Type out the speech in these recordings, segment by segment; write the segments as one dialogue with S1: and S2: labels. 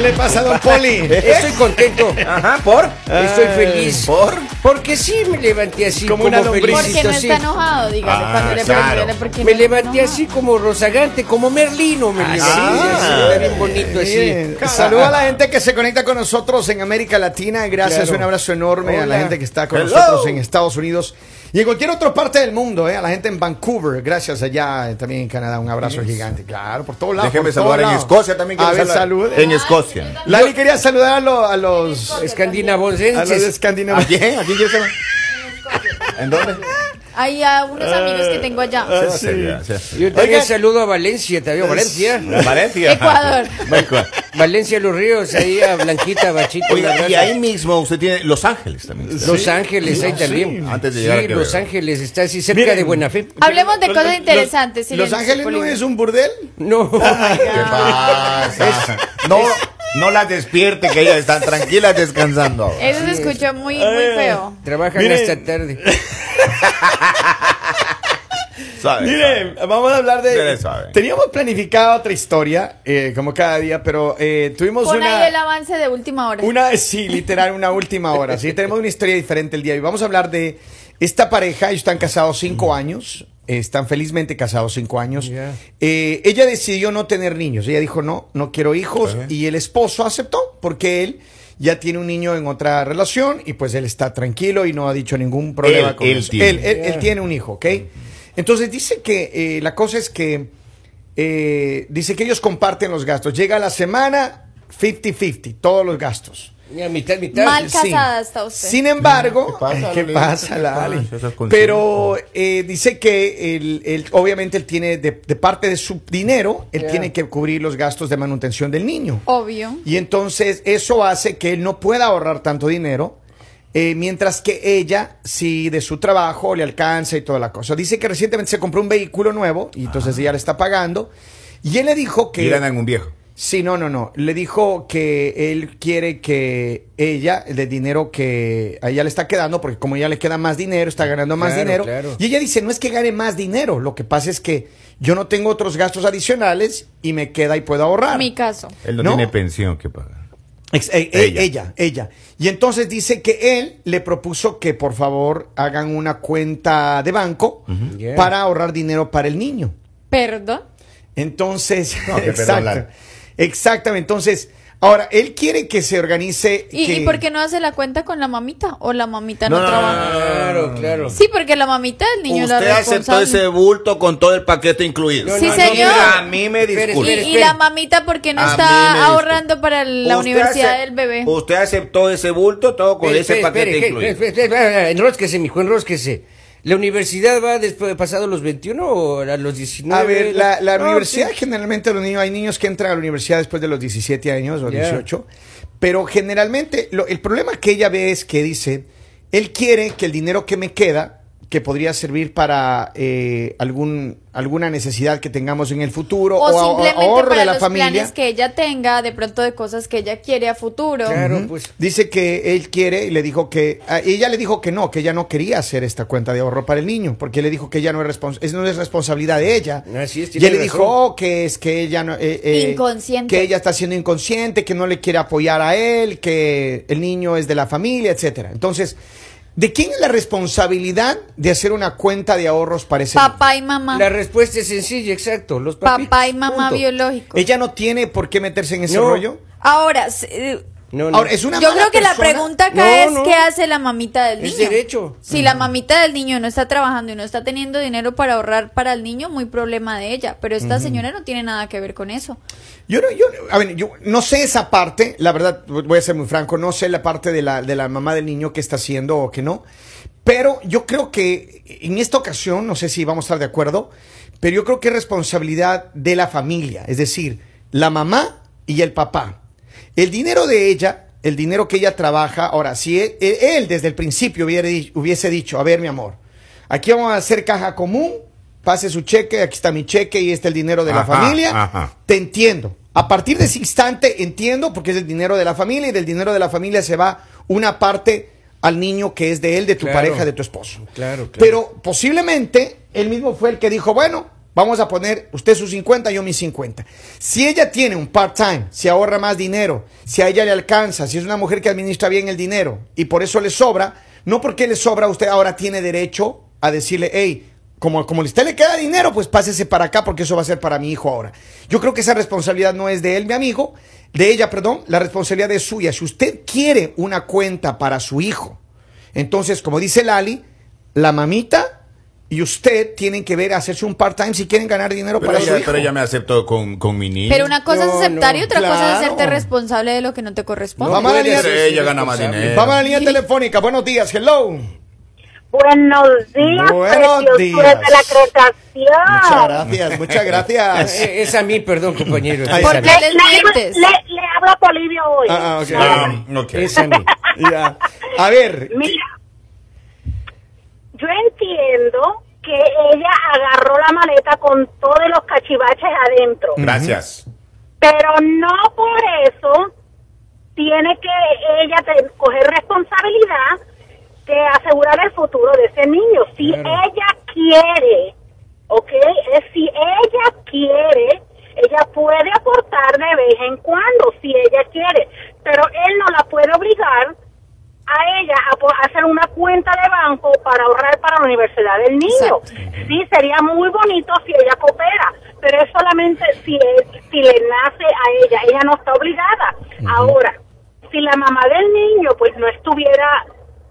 S1: le pasa a Don Poli?
S2: Estoy contento. Ajá, ¿por? Estoy feliz.
S1: ¿por?
S2: Porque sí me levanté así
S1: Como
S2: como,
S1: una lombriz.
S3: Porque
S2: felicito,
S3: no
S2: sí.
S3: está enojado, dígale.
S1: Ah,
S3: cuando le
S1: claro.
S3: pregunte, porque
S2: Me
S3: no está
S2: levanté
S3: enojado.
S2: así como rozagante, como merlino me levanté. así, está bien bonito así.
S1: Bien.
S4: Saludo a la gente que se conecta con nosotros en América Latina. Gracias,
S2: Claro.
S4: un abrazo enorme a la
S2: Hola.
S4: gente que está con
S1: Hello.
S4: nosotros en Estados Unidos y en cualquier otra parte del mundo. ¿eh? A la gente en Vancouver, gracias allá eh, también en Canadá. Un abrazo gigante, claro, por todos lados.
S5: Déjeme
S4: Ah, por
S5: saludar
S4: todos
S5: en
S4: lados.
S5: Escocia también.
S4: A
S5: quiero
S4: ver,
S5: saludar.
S4: salude.
S5: En Escocia.
S4: Lali quería saludar a, lo- a los, a los
S2: Escandinavoncenses.
S5: ¿A
S4: escandinavos.
S5: quién? ¿A quién quieres saludar? ¿En dónde?
S3: Hay a unos amigos que tengo allá.
S5: Ah, Sí, ya, sí.
S2: Yo también
S5: Oiga.
S2: saludo a Valencia, también Valencia.
S5: Valencia.
S3: Ecuador.
S5: Ecuador.
S2: Valencia Los Ríos, ahí a Blanquita Bachito. la
S5: Oiga, y
S2: rana.
S5: ahí mismo usted tiene Los Ángeles también. está.
S2: Los Ángeles, ahí también.
S5: Antes de llegar a
S2: sí,
S5: Quevedo.
S2: Los Ángeles está así cerca
S1: Miren.
S2: de Buena Fe.
S3: Hablemos de
S1: Los-
S3: cosas
S1: los-
S3: interesantes.
S4: Los
S3: silencio,
S4: Ángeles no
S3: Polibio.
S4: es un burdel.
S2: No.
S5: ¿Qué pasa? No, no las despierte, que ellas están tranquilas descansando.
S3: Eso se escucha muy, muy feo.
S2: Trabajan
S1: Miren.
S2: hasta tarde.
S5: ¿Sabe?
S1: Mire, vamos a hablar de.
S5: Ustedes saben.
S4: Teníamos planificada otra historia, eh, como cada día, pero eh, tuvimos
S3: Pon
S4: una.
S3: ahí el avance de última hora.
S4: Una, sí, literal, una última hora. Sí, tenemos una historia diferente el día de hoy. Vamos a hablar de esta pareja, ellos están casados
S5: Mm.
S4: cinco años, eh, están felizmente casados cinco años.
S2: Ya.
S4: Eh, ella decidió no tener niños, ella dijo no, no quiero hijos
S5: Eh.
S4: y el esposo aceptó porque él ya tiene un niño en otra relación y pues él está tranquilo y no ha dicho ningún problema
S5: Él-
S4: con
S5: él
S4: eso.
S5: tiene.
S4: Él, él- él tiene un hijo, ¿ok? Entonces dice que eh, la cosa es que eh, dice que ellos comparten los gastos. Llega la semana 50-50, todos los gastos.
S2: Ni a mitad, mitad.
S3: Mal casada está usted.
S4: Sin embargo, ¿qué
S5: ¿Qué
S4: pasa,
S5: pasa,
S4: ¿qué
S5: Lali?
S4: pasa
S5: ¿Qué
S4: Lali?
S5: pasa? Esas consignas.
S4: Pero eh, dice que él, él- obviamente él tiene, de, de parte de su dinero, él
S2: Ya.
S4: tiene que cubrir los gastos de manutención del niño.
S3: Obvio.
S4: Y entonces eso hace que él no pueda ahorrar tanto dinero, eh, mientras que ella, si de su trabajo le alcanza y toda la cosa. Dice que recientemente se compró un vehículo nuevo y
S2: Ah.
S4: entonces ella le está pagando. Y él le dijo que...
S5: Y ganan un viejo.
S4: Sí, no, no, no. Le dijo que él quiere que ella, el de dinero que a ella le está quedando, porque como ya le queda más dinero, está ganando más
S2: Claro,
S4: dinero.
S2: claro.
S4: Y ella dice, no es que gane más dinero, lo que pasa es que yo no tengo otros gastos adicionales y me queda y puedo ahorrar.
S3: Mi caso.
S5: Él no,
S4: No.
S5: tiene pensión que pagar.
S4: Ex- e- e- ella.
S5: Ella.
S4: ella, Y entonces dice que él le propuso que por favor hagan una cuenta de banco
S2: Yeah.
S4: para ahorrar dinero para el niño.
S3: Perdón.
S4: Entonces,
S5: No, que
S4: exacto,
S5: perdonar.
S4: exactamente. Entonces, ahora él quiere que se organice.
S3: ¿Y,
S4: que-
S3: y por qué no hace la cuenta con la mamita? ¿O la mamita no,
S5: No, no,
S3: trabaja?
S2: Claro,
S4: Ah.
S2: claro.
S3: Sí, porque la mamita del niño es la
S5: Usted aceptó
S3: responsable.
S5: ese bulto con todo el paquete incluido.
S3: Sí, señor.
S5: mira, a mí me
S2: Espere,
S3: Y,
S5: disculpe.
S2: espere,
S3: y
S2: espere.
S3: la mamita, ¿por qué no
S5: A mí me
S3: está
S5: disculpa.
S3: ahorrando para la
S5: Usted
S3: universidad
S5: acep-
S3: del bebé?
S5: Usted aceptó ese bulto todo con
S2: Espere,
S5: ese
S2: espere,
S5: paquete
S2: espere,
S5: incluido.
S2: espere, espere, espere, espere, Enrósquese, mijo, enrósquese. ¿La universidad va después de pasado los 21 o a los 19?
S4: a ver, la, la
S2: No,
S4: universidad
S2: sí.
S4: generalmente los niños, hay niños que entran a la universidad después de los 17 años o
S2: Yeah.
S4: 18, pero generalmente lo- el problema que ella ve es que dice, él quiere que el dinero que me queda, que podría servir para eh, algún, alguna necesidad que tengamos en el futuro o,
S3: o
S4: a- o
S3: simplemente
S4: ahorro
S3: para
S4: de la
S3: los
S4: familia.
S3: planes que ella tenga, de pronto de cosas que ella quiere a futuro.
S2: Claro, pues.
S4: Dice que él quiere y le dijo que a ella le dijo que no, que ella no quería hacer esta cuenta de ahorro para el niño, porque le dijo que ella no es respons- es- no es responsabilidad de ella.
S2: Así es,
S4: y
S2: tiene
S4: él le
S2: razón.
S4: dijo oh, que es que ella no eh, eh,
S3: Inconsciente.
S4: que ella está siendo inconsciente, que no le quiere apoyar a él, que el niño es de la familia, etcétera. Entonces, ¿de quién es la responsabilidad de hacer una cuenta de ahorros para ese niño?
S3: Papá y mamá.
S2: La respuesta es sencilla, exacto. Los papitos,
S3: Papá y mamá
S2: punto.
S3: biológicos.
S4: Ella no tiene por qué meterse en ese
S2: No.
S4: rollo.
S3: Ahora, se-
S2: No, no.
S4: Ahora, es una
S3: yo
S4: mala
S3: creo que la
S4: persona.
S3: pregunta acá
S2: No,
S3: es
S2: no.
S3: qué hace la mamita del niño.
S2: Es derecho.
S3: Si la mamita del niño no está trabajando y no está teniendo dinero para ahorrar para el niño, muy problema de ella. Pero esta señora no tiene nada que ver con eso.
S4: Yo no, yo, no- a ver, yo no sé esa parte, la verdad, voy a ser muy franco, no sé la parte de la, de la mamá del niño que está haciendo o que no, pero yo creo que en esta ocasión, no sé si vamos a estar de acuerdo, pero yo creo que es responsabilidad de la familia, es decir, la mamá y el papá. El dinero de ella, el dinero que ella trabaja, ahora, si él, él- él desde el principio hubiera di- hubiese dicho, a ver, mi amor, aquí vamos a hacer caja común, pase su cheque, aquí está mi cheque y este es el dinero de la
S5: Ajá,
S4: familia,
S5: ajá.
S4: te entiendo. A partir de ese instante entiendo porque es el dinero de la familia y del dinero de la familia se va una parte al niño que es de él, de tu
S2: Claro.
S4: pareja, de tu esposo.
S2: Claro, claro.
S4: Pero posiblemente él mismo fue el que dijo, bueno, Vamos a poner usted sus 50, yo mis 50. Si ella tiene un part-time, si ahorra más dinero, si a ella le alcanza, si es una mujer que administra bien el dinero y por eso le sobra, no porque le sobra, usted ahora tiene derecho a decirle, hey, como, como a usted le queda dinero, pues pásese para acá porque eso va a ser para mi hijo ahora. Yo creo que esa responsabilidad no es de él, mi amigo, de ella, perdón, la responsabilidad es suya. Si usted quiere una cuenta para su hijo, entonces, como dice Lali, la mamita y usted tienen que ver hacerse un part-time si quieren ganar dinero
S5: Pero
S4: para su
S5: ella,
S4: hijo.
S5: pero ella me aceptó con, con mi niño.
S3: Pero una cosa
S2: No,
S3: es aceptar y
S2: no,
S3: otra cosa es
S4: claro.
S3: hacerte responsable de lo que no te corresponde.
S4: Vamos a la
S2: puede
S4: línea-
S2: ser
S5: Ella gana más
S2: irresponsable.
S5: dinero.
S4: Vamos a la línea telefónica. Buenos días, hello.
S6: Buenos días,
S4: Buenos
S6: preciosuras
S4: días.
S6: de la creación.
S4: Muchas gracias, muchas gracias.
S2: Eh, Es a mí, perdón, compañero. Es
S4: Ay,
S2: a
S3: ¿Por
S2: mí.
S3: qué? les
S6: le,
S3: mientes.
S6: le, le habla Polivio hoy.
S4: Ah, ah, ok.
S5: Ah, ok.
S2: Es a mí.
S4: Ya. A ver,
S6: Mira, yo entiendo que ella agarró la maleta con todos los cachivaches adentro,
S5: Gracias.
S6: pero no por eso tiene que ella te- coger responsabilidad de asegurar el futuro de ese niño. Si
S2: Claro.
S6: ella quiere, ¿ok? Es si ella quiere, ella puede aportar de vez en cuando, si ella quiere, pero él no la puede obligar a ella a po- a hacer una cuenta de banco para ahorrar para la universidad del niño.
S3: Exacto.
S6: Sí, sería muy bonito si ella coopera, pero es solamente si, él- si le nace a ella, ella no está obligada. Ahora, si la mamá del niño pues no estuviera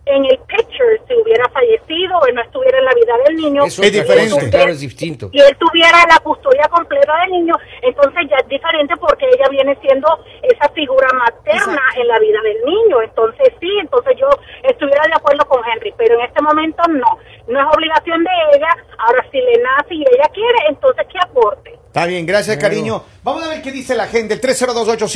S6: en el picture, si hubiera fallecido o no estuviera en la vida del niño,
S2: Es otra
S4: diferente.
S2: cosa, claro, es distinto.
S6: si él tuviera la custodia completa del niño, entonces ya es diferente porque ella viene siendo esa figura materna
S3: Exacto.
S6: en la vida del niño. Entonces sí, entonces yo estuviera de acuerdo con Henry, pero en este momento no. No es obligación de ella. Ahora, si le nace y ella quiere, entonces que aporte.
S4: Está bien, gracias cariño. Vamos a ver qué dice la gente. El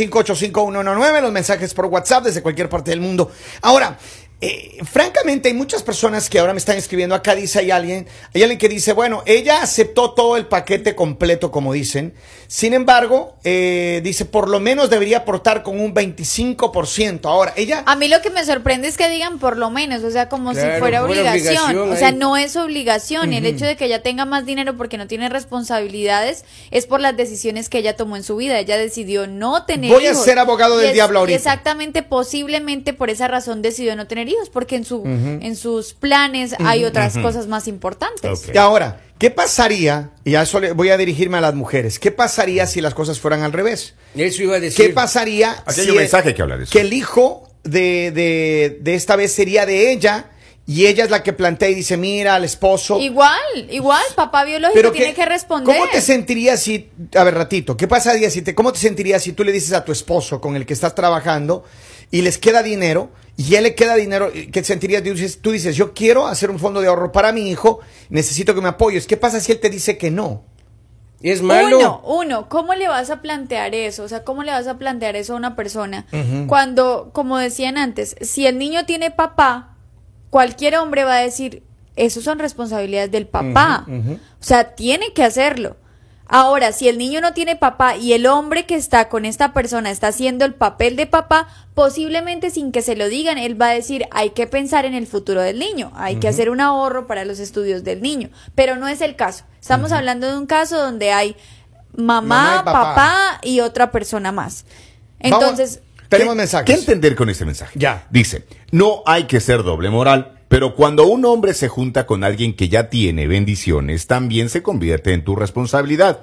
S4: 302-858-5119, los mensajes por WhatsApp desde cualquier parte del mundo. Ahora, eh, francamente hay muchas personas que ahora me están escribiendo. Acá dice, hay alguien, hay alguien que dice, bueno, ella aceptó todo el paquete completo, como dicen. Sin embargo, eh, dice, por lo menos debería aportar con un 25%. Ahora, ella...
S3: A mí lo que me sorprende es que digan por lo menos, o sea, como
S2: Claro,
S3: si fuera
S2: fuera
S3: obligación.
S2: obligación,
S3: o sea,
S2: ahí.
S3: no es obligación. El hecho de que ella tenga más dinero porque no tiene responsabilidades es por las decisiones que ella tomó en su vida. Ella decidió no tener
S4: Voy a
S3: hijos.
S4: ser abogado del
S3: Y
S4: diablo ahorita.
S3: y Exactamente, posiblemente por esa razón decidió no tener hijos, porque en, su, en sus planes hay otras cosas más importantes.
S5: Ok.
S4: Y ahora, ¿qué pasaría? Y a eso le- voy a dirigirme a las mujeres. ¿Qué pasaría si las cosas fueran al revés?
S2: Eso iba a decir.
S4: ¿Qué pasaría
S5: Aquí hay un mensaje que habla de eso.
S4: que el hijo de, de- de esta vez sería de ella y ella es la que plantea y dice, mira, al esposo...
S3: Igual, igual, papá biológico
S4: pero
S3: tiene que, responder.
S4: ¿Cómo te sentirías si, a ver, ratito, qué pasaría si te, cómo te sentirías si tú le dices a tu esposo con el que estás trabajando y les queda dinero y él le queda dinero, eh, qué sentirías? Tú dices, tú dices, yo quiero hacer un fondo de ahorro para mi hijo, necesito que me apoyes. ¿Qué pasa si él te dice que no?
S2: Es malo.
S3: Uno, uno, ¿cómo le vas a plantear eso? O sea, ¿cómo le vas a plantear eso a una persona? Cuando, como decían antes, si el niño tiene papá, cualquier hombre va a decir, eso son responsabilidades del papá. O sea, tiene que hacerlo. Ahora, si el niño no tiene papá y el hombre que está con esta persona está haciendo el papel de papá, posiblemente sin que se lo digan, él va a decir, hay que pensar en el futuro del niño, hay que hacer un ahorro para los estudios del niño. Pero no es el caso. Estamos hablando de un caso donde hay mamá,
S4: Mamá y papá.
S3: papá. y otra persona más.
S4: Vamos-
S3: Entonces,
S4: tenemos
S5: ¿Qué-
S4: mensajes.
S5: ¿Qué entender con este mensaje?
S4: Ya.
S5: Dice, no hay que ser doble moral, pero cuando un hombre se junta con alguien que ya tiene bendiciones, también se convierte en tu responsabilidad.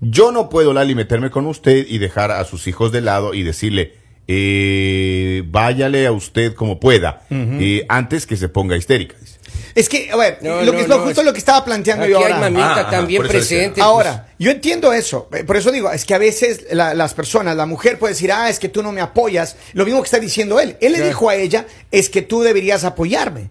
S5: Yo no puedo, Lali, meterme con usted y dejar a sus hijos de lado y decirle, eh, váyale a usted como pueda, eh, antes que se ponga histérica. dice.
S4: Es que, a ver,
S2: No,
S4: lo
S2: no,
S4: que es
S2: no,
S4: justo
S2: es-
S4: lo que estaba planteando
S2: Aquí
S4: yo
S2: hay
S4: ahora.
S2: mamita
S5: Ah, ajá,
S2: también
S5: por eso decía.
S2: presente. pues,
S4: Ahora, Ah, yo entiendo eso. eh, Por eso digo, es que a veces la- las personas, la mujer puede decir, ah, es que tú no me apoyas. Lo mismo que está diciendo él. Él le
S2: Claro.
S4: dijo a ella, es que tú deberías apoyarme.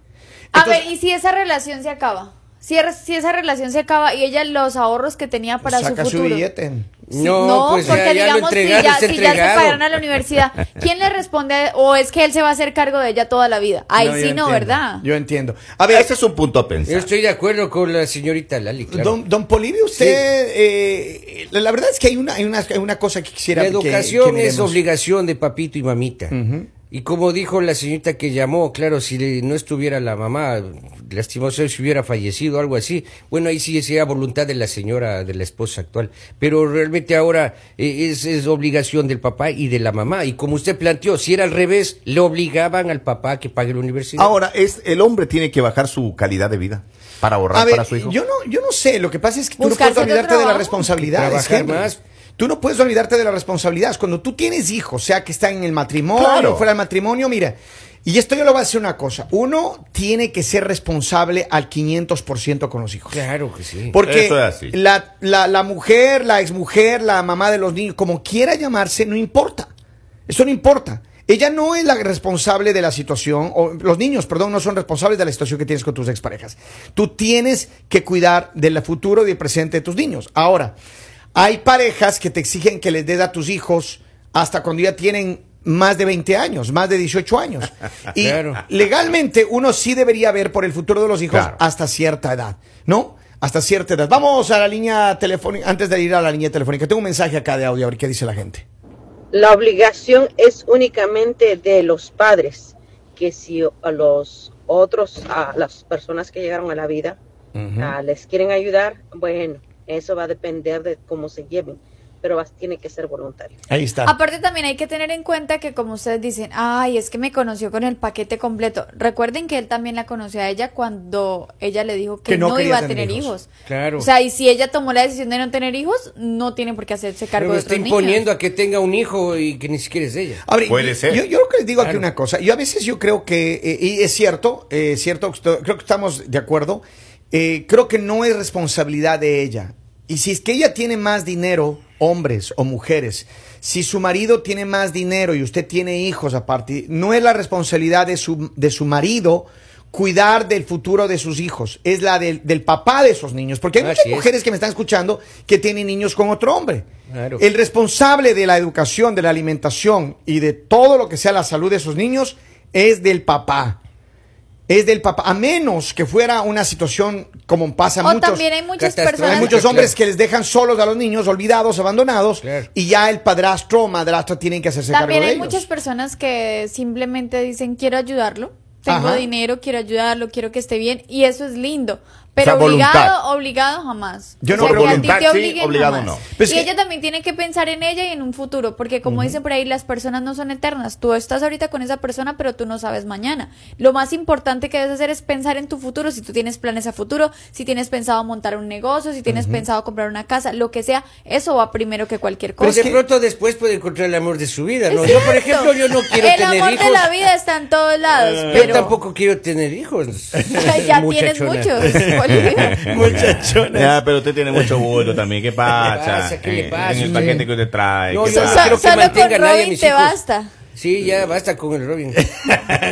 S3: a
S4: Entonces,
S3: ver, ¿y si esa relación se acaba? Si, er- si esa relación se acaba y ella los ahorros que tenía para
S4: saca
S3: su
S4: su,
S3: futuro.
S4: billete.
S3: Sí,
S2: No, pues ya-
S3: porque
S2: ya, lo
S3: digamos, si
S2: entregaron,
S3: ya,
S2: está
S3: si ya se
S2: entregado.
S3: pagaron a la universidad, ¿quién le responde? a- o es que él se va a hacer cargo de ella toda la vida. Ahí
S4: yo
S3: sí, no,
S4: entiendo,
S3: ¿verdad?
S4: Yo entiendo. A ver,
S5: Ese es un punto a pensar.
S2: Yo estoy de acuerdo con la señorita Lali. claro.
S4: Don, don Polivio, usted, eh, la, la verdad es que hay una, hay una, hay una cosa que quisiera
S2: la
S4: que- que
S2: educación es
S4: miremos.
S2: obligación de papito y mamita. Y como dijo la señorita que llamó, claro, si le- no estuviera la mamá, lastimosa, si hubiera fallecido, algo así, bueno, ahí sí sería voluntad de la señora, de la esposa actual. Pero realmente ahora eh, es, es obligación del papá y de la mamá. Y como usted planteó, si era al revés, le obligaban al papá a que pague la universidad.
S5: Ahora, es, el hombre tiene que bajar su calidad de vida para ahorrar
S4: A ver,
S5: para su hijo.
S4: yo no, yo no sé. Lo que pasa es que tú no
S3: Buscarse
S4: puedes
S3: otro
S4: olvidarte de las
S3: trabajo.
S4: responsabilidades,
S2: Trabajar
S4: Henry.
S2: más.
S4: Tú no puedes olvidarte de las responsabilidades. Cuando tú tienes hijos, sea que está en el matrimonio,
S5: Claro.
S4: fuera del matrimonio, mira. Y esto yo le voy a decir una cosa. Uno tiene que ser responsable al 500% con los hijos.
S2: Claro que sí.
S4: Porque
S5: Eso es así.
S4: La, la, la mujer, la exmujer, la mamá de los niños, como quiera llamarse, no importa. Eso no importa. Ella no es la responsable de la situación, o los niños, perdón, no son responsables de la situación que tienes con tus exparejas. Tú tienes que cuidar del futuro y del presente de tus niños. Ahora, hay parejas que te exigen que les des a tus hijos hasta cuando ya tienen más de 20 años, más de 18 años. Y
S2: Claro.
S4: legalmente uno sí debería ver por el futuro de los hijos
S5: Claro.
S4: hasta cierta edad, ¿no? Hasta cierta edad. Vamos a la línea telefónica, antes de ir a la línea telefónica, tengo un mensaje acá de audio, a ver qué dice la gente.
S7: La obligación es únicamente de los padres, que si a los otros, a las personas que llegaron a la vida, ah, les quieren ayudar, bueno, eso va a depender de cómo se lleven, pero vas- tiene que ser voluntario.
S4: Ahí está.
S3: Aparte también hay que tener en cuenta que como ustedes dicen, ay, es que me conoció con el paquete completo. Recuerden que él también la conoció a ella cuando ella le dijo que,
S4: Que no
S3: no,
S4: quería
S3: iba a
S4: tener
S3: tener
S4: hijos.
S3: hijos.
S2: Claro.
S3: O sea, y si ella tomó la decisión de no tener hijos, no tiene por qué hacerse cargo
S2: Pero
S3: de
S2: está
S3: otros
S2: imponiendo
S3: niños.
S2: a que tenga un hijo y que ni siquiera es de ella.
S4: A ver,
S5: Puede
S4: yo-
S5: ser.
S4: Yo, yo creo que les digo aquí
S2: Claro.
S4: una cosa. Yo a veces yo creo que, eh, y es cierto, eh, es cierto, creo que estamos de acuerdo, eh, creo que no es responsabilidad de ella. Y si es que ella tiene más dinero, hombres o mujeres, si su marido tiene más dinero y usted tiene hijos aparte, no es la responsabilidad de su, de su marido cuidar del futuro de sus hijos, es la del, del papá de esos niños, porque hay muchas
S2: Así es.
S4: mujeres que me están escuchando que tienen niños con otro hombre.
S2: Claro.
S4: El responsable de la educación, de la alimentación y de todo lo que sea la salud de esos niños es del papá. Es del papá, a menos que fuera una situación como pasa
S3: O
S4: muchos.
S3: también hay muchas
S2: Catastro-
S3: personas...
S4: Hay
S2: Ah,
S4: muchos
S2: claro.
S4: hombres que les dejan solos a los niños, olvidados, abandonados,
S2: Claro.
S4: y ya el padrastro o madrastra tienen que hacerse
S3: También
S4: cargo de
S3: hay
S4: ellos.
S3: muchas personas que simplemente dicen, quiero ayudarlo, tengo
S4: Ajá.
S3: dinero, quiero ayudarlo, quiero que esté bien, y eso es lindo. Pero
S5: O sea,
S3: obligado,
S5: voluntad.
S3: obligado jamás.
S4: Yo no
S3: O sea,
S4: creo
S3: que a
S5: voluntad, sí,
S3: ti te obliguen
S5: obligado
S3: jamás.
S5: no.
S4: Pues
S3: y
S4: que-
S3: ella también tiene que pensar en ella y en un futuro, porque como dicen por ahí, las personas no son eternas. Tú estás ahorita con esa persona, pero tú no sabes mañana. Lo más importante que debes hacer es pensar en tu futuro, si tú tienes planes a futuro, si tienes pensado montar un negocio, si tienes pensado comprar una casa, lo que sea, eso va primero que cualquier cosa.
S2: Pues de pronto después puede encontrar el amor de su vida, ¿no?
S3: Es
S2: Yo, por
S3: cierto.
S2: ejemplo, yo no quiero
S3: el
S2: tener
S3: amor
S2: hijos. Eh,
S3: de la vida está en todos lados, pero
S2: Yo tampoco quiero tener hijos.
S3: ya tienes
S2: muchachona.
S3: muchos. Bolívar.
S1: Muchachones.
S5: Ya, pero usted tiene mucho bulto también. ¿Qué pasa? Eh,
S2: pasa? ¿Qué le
S5: En-
S2: pasa?
S5: En el paquete que usted trae.
S2: No,
S5: ¿qué
S2: yo
S3: So-
S2: no
S5: pasa?
S3: so-
S2: quiero que
S3: solo
S2: mantenga
S3: con
S2: nadie a
S3: Robin
S2: mis
S3: te
S2: hijos.
S3: basta.
S2: Sí, ya basta con el Robin.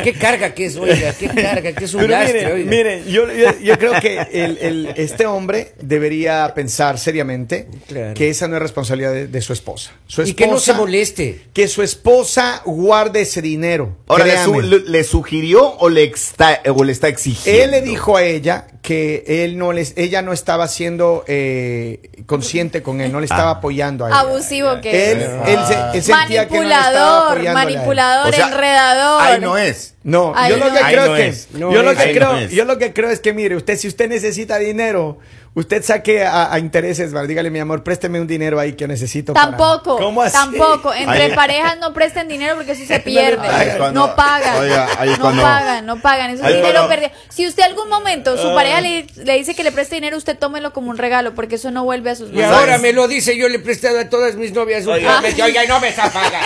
S2: qué carga que es, oiga, qué carga, que es un
S4: Pero
S2: lastre,
S4: mire,
S2: oiga.
S4: mire, yo, yo- yo creo que el- el- este hombre debería pensar seriamente
S2: Claro.
S4: que esa no es responsabilidad de, de su esposa. Su
S2: Y que no
S4: esposa-
S2: se moleste.
S4: Que su esposa guarde ese dinero.
S5: Ahora, ¿le,
S4: Créame.
S5: su- le- le sugirió o le, está, o le está exigiendo?
S4: él le dijo a ella que él no les, ella no estaba siendo eh, consciente con él, no le estaba apoyando a él.
S3: Abusivo que
S4: Él,
S3: es.
S4: él se- él sentía que no le estaba
S3: manipulador,
S4: apoyando a él.
S3: manipulador,
S5: O sea,
S3: enredador.
S5: Ahí no eh, es.
S4: No,
S3: Ahí
S4: yo lo
S3: no.
S4: que
S5: Ahí
S4: creo
S5: no
S4: es
S5: es.
S4: que
S2: No
S4: yo lo
S2: es.
S4: que
S5: Ahí
S4: creo,
S5: no es.
S4: yo lo que creo es que mire, usted si usted necesita dinero, usted saque a, a intereses, ¿vale? dígale mi amor, présteme un dinero ahí que necesito. para-".
S3: Tampoco,
S1: ¿Cómo así?
S3: tampoco. Entre
S5: Ahí-
S3: parejas no presten dinero porque eso se
S5: Ahí es
S3: pierde.
S5: cuando-
S3: no pagan.
S5: Oiga, ahí es
S3: no
S5: cuando-
S3: pagan, no pagan. Eso es
S5: Ahí es
S3: dinero
S5: cuando-
S3: perdido. Si usted algún momento su pareja le, le dice que le preste dinero, usted tómelo como un regalo porque eso no vuelve a sus
S2: Y
S3: manos.
S2: ahora me lo dice, yo le he prestado a todas mis novias un
S1: Oiga.
S2: oiga, oiga, no me zapaga.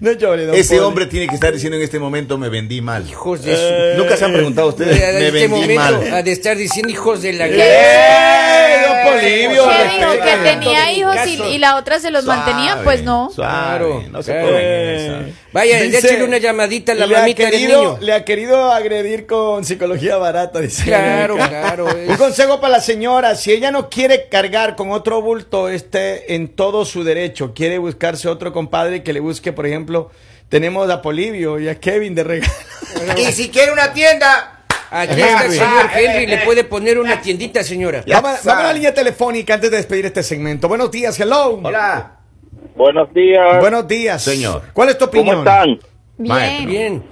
S4: No llore, don
S5: Ese
S4: Poli.
S5: hombre tiene que estar diciendo en este momento me vendí mal.
S2: Hijos de su...
S5: Nunca se han preguntado ustedes.
S2: En
S5: Me
S2: este momento
S5: vendí mal.
S2: ha de estar diciendo hijos de la...
S1: ¡Eh, don Polibio!
S3: ¿Qué
S1: respeta
S3: dijo? Que
S1: el
S3: tenía hijos y,
S2: caso.
S3: y la otra se los mantenía,
S5: Suave,
S3: pues no.
S5: Suave, no se
S2: Claro.
S5: pongan en
S1: Eh,
S5: esa.
S2: Vaya,
S4: Dice,
S2: déchale una llamadita a la
S4: le ha
S2: mamita del
S4: querido-
S2: niño.
S4: Le ha querido agredir con psicología barata, dice.
S2: Claro, claro, es-
S4: Un consejo para la señora, si ella no quiere cargar con otro bulto, esté en todo su derecho. Quiere buscarse otro compadre que le busque, por ejemplo, tenemos a Polivio y a Kevin de regalo.
S8: Y si quiere una tienda,
S2: Aquí está el
S4: Henry.
S2: señor Henry, le puede poner una tiendita, señora.
S5: Ya
S4: Vamos, a-
S5: sabe.
S4: vamos a la línea telefónica antes de despedir este segmento. Buenos días, hello.
S5: Hola.
S9: Buenos días.
S4: Buenos días.
S5: Señor.
S4: ¿Cuál es tu opinión?
S9: ¿Cómo están?
S3: Bien.
S5: Maestro.
S2: Bien,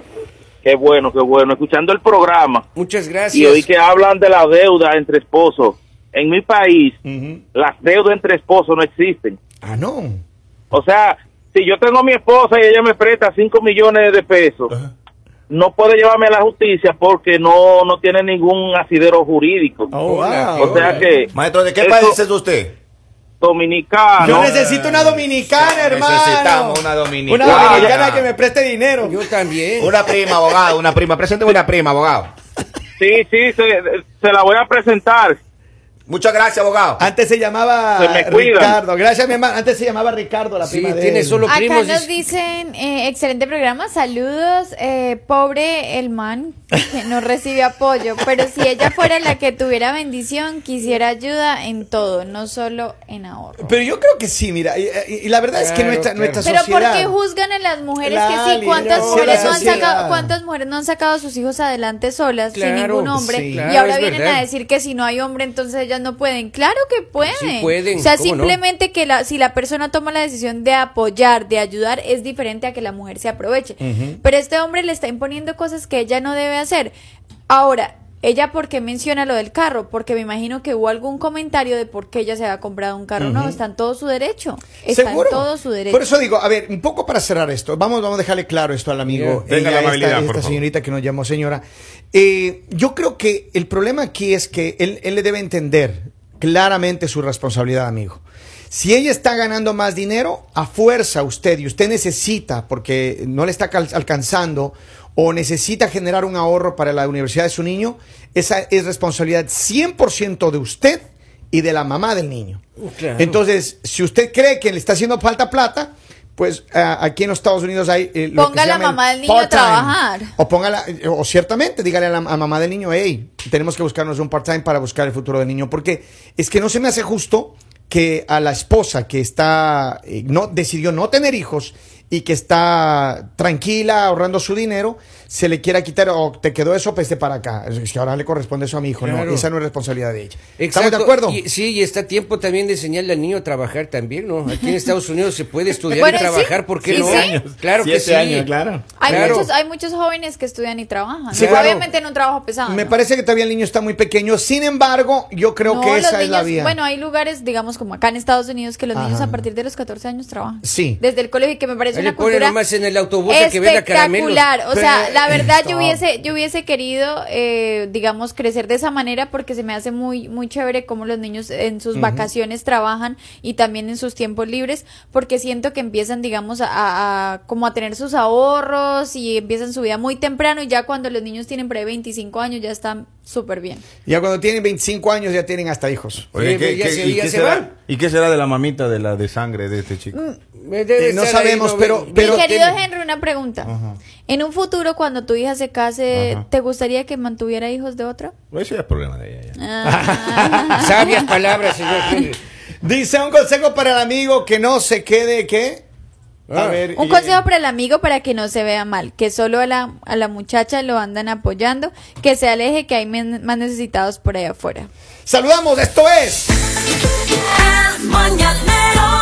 S9: Qué bueno, qué bueno. Escuchando el programa
S2: muchas
S9: y
S2: gracias.
S9: hoy que hablan de la deuda entre esposos. En mi país, las deudas entre esposos no existen.
S4: Ah, no.
S9: O sea, si yo tengo a mi esposa y ella me presta 5 millones de pesos, no puede llevarme a la justicia porque no, no tiene ningún asidero jurídico.
S1: Oh,
S4: Hola,
S9: o sea
S4: hola.
S9: que,
S5: Maestro, ¿de qué
S9: Eso-
S5: país es usted?
S9: dominicano,
S4: Yo necesito una dominicana, hermano.
S5: Necesitamos una dominicana.
S4: Una dominicana que me preste dinero.
S2: Yo también.
S5: Una prima, abogado, una prima. Presénteme una prima, abogado.
S9: sí, sí, se, se la voy a presentar.
S5: Muchas gracias, abogado.
S4: Antes se llamaba
S9: Se me cuidan.
S4: Ricardo. Gracias, mi hermano. Antes se llamaba Ricardo, la
S2: Sí,
S4: prima de
S2: tiene
S4: él.
S2: solo
S3: Acá
S2: primos. dice-
S3: nos dicen, eh, excelente programa, saludos, eh, pobre el man que no recibe apoyo, pero si ella fuera la que tuviera bendición, quisiera ayuda en todo, no solo en ahorro.
S4: Pero yo creo que sí, mira. Y, y- y la verdad es que
S2: Claro,
S4: nuestra,
S2: claro.
S4: nuestra
S3: Pero ¿por
S4: sociedad...
S3: qué juzgan a las mujeres
S4: La
S3: que sí? ¿Cuántas
S4: liberó
S3: mujeres,
S4: la
S3: no han
S4: sociedad.
S3: sacado, ¿Cuántas mujeres no han sacado a sus hijos adelante solas,
S2: Claro,
S3: sin ningún hombre?
S2: sí,
S3: y
S2: claro,
S3: ahora
S2: es
S3: vienen
S2: verdad. Pues
S3: a decir que si no hay hombre, entonces ellas no pueden. Claro que pueden.
S2: Sí pueden,
S3: o sea,
S2: ¿cómo no?
S3: simplemente que la, si la persona toma la decisión de apoyar, de ayudar, es diferente a que la mujer se aproveche. Pero este hombre le está imponiendo cosas que ella no debe hacer. Ahora, ella por qué menciona lo del carro? Porque me imagino que hubo algún comentario de por qué ella se había comprado un carro. No, está en todo su derecho. Está
S4: ¿Seguro?
S3: en todo su derecho.
S4: Por eso digo, a ver, un poco para cerrar esto, vamos, vamos a dejarle claro esto al amigo.
S5: Bien. Tenga la
S4: Ella, esta-
S5: amabilidad,
S4: esta,
S5: por favor.
S4: señorita que nos llamó señora. Eh, yo creo que el problema aquí es que él, él le debe entender claramente su responsabilidad, amigo. Si ella está ganando más dinero, a fuerza usted, y usted necesita, porque no le está cal- alcanzando, o necesita generar un ahorro para la universidad de su niño, esa es responsabilidad 100% de usted y de la mamá del niño.
S2: Uh, claro.
S4: Entonces, si usted cree que le está haciendo falta plata, pues ah, aquí en los Estados Unidos hay eh, lo
S3: Ponga
S4: que se
S3: la
S4: llama el
S3: mamá del niño a
S4: part-time.
S3: trabajar.
S4: O póngala, eh, o ciertamente, dígale a la a mamá del niño, hey, tenemos que buscarnos un part-time para buscar el futuro del niño. Porque es que no se me hace justo que a la esposa que está, eh, no, decidió no tener hijos y que está tranquila, ahorrando su dinero, se le quiera quitar, o te quedó eso, peste para acá. Es que ahora le corresponde eso a mi hijo,
S2: Claro.
S4: no, esa no es responsabilidad de ella. ¿Estamos
S2: Exacto,
S4: de acuerdo?
S2: y- sí, y está tiempo también de enseñarle al niño a trabajar también, ¿no? Aquí en Estados Unidos se puede estudiar
S3: Bueno,
S2: y
S3: sí,
S2: trabajar, ¿por qué
S3: sí,
S2: no?
S3: sí.
S2: Claro que
S5: Siete
S2: sí.
S5: años, claro.
S3: Hay,
S2: Claro.
S3: muchos, hay muchos jóvenes que estudian y trabajan.
S4: Sí,
S3: ¿no?
S4: claro.
S3: Obviamente en un trabajo pesado.
S4: Me
S3: ¿no?
S4: parece que todavía el niño está muy pequeño. Sin embargo, yo creo
S3: No,
S4: que
S3: los
S4: esa es la
S3: niños-
S4: vía.
S3: Bueno, hay lugares, digamos, como acá en Estados Unidos, que los niños
S4: Ajá.
S3: a partir de los 14 años trabajan.
S4: Sí.
S3: Desde el colegio, que me parece
S2: Ahí le
S3: una
S2: ponen
S3: cultura
S2: nomás en el autobús a que venda caramelos. eh,
S3: espectacular. O sea,
S4: Pero-
S3: la verdad
S4: Stop.
S3: yo hubiese, yo hubiese querido, eh, digamos, crecer de esa manera porque se me hace muy, muy chévere cómo los niños en sus vacaciones trabajan y también en sus tiempos libres, porque siento que empiezan, digamos, a, a- a- como a tener sus ahorros y empiezan su vida muy temprano y ya cuando los niños tienen pre 25 años ya están súper bien.
S4: Ya cuando tienen 25 años ya tienen hasta hijos.
S2: Oye, ¿qué- pues, ya qué- se- y ya qué se será- va.
S5: ¿Y qué será de la mamita de la de sangre de este chico?
S2: Me debe
S4: Eh, no
S2: estar ahí,
S4: sabemos,
S2: no,
S4: pero-
S2: ve-
S4: pero-
S2: ve-
S3: Mi querido
S2: tiene-
S3: Henry, una pregunta. En un futuro, cuando tu hija se case,
S5: Ajá.
S3: ¿te gustaría que mantuviera hijos de otro? Ah.
S5: Eso ya es problema de ella. ya.
S2: Sabias palabras, señor Henry.
S4: Dice un consejo para el amigo que no se quede, ¿qué? A
S2: Ah.
S4: ver.
S3: Un
S4: y-
S3: consejo para el amigo para que no se vea mal, que solo a la, a la muchacha lo andan apoyando, que se aleje, que hay men- más necesitados por allá afuera.
S4: Saludamos, esto es.
S10: El mañanero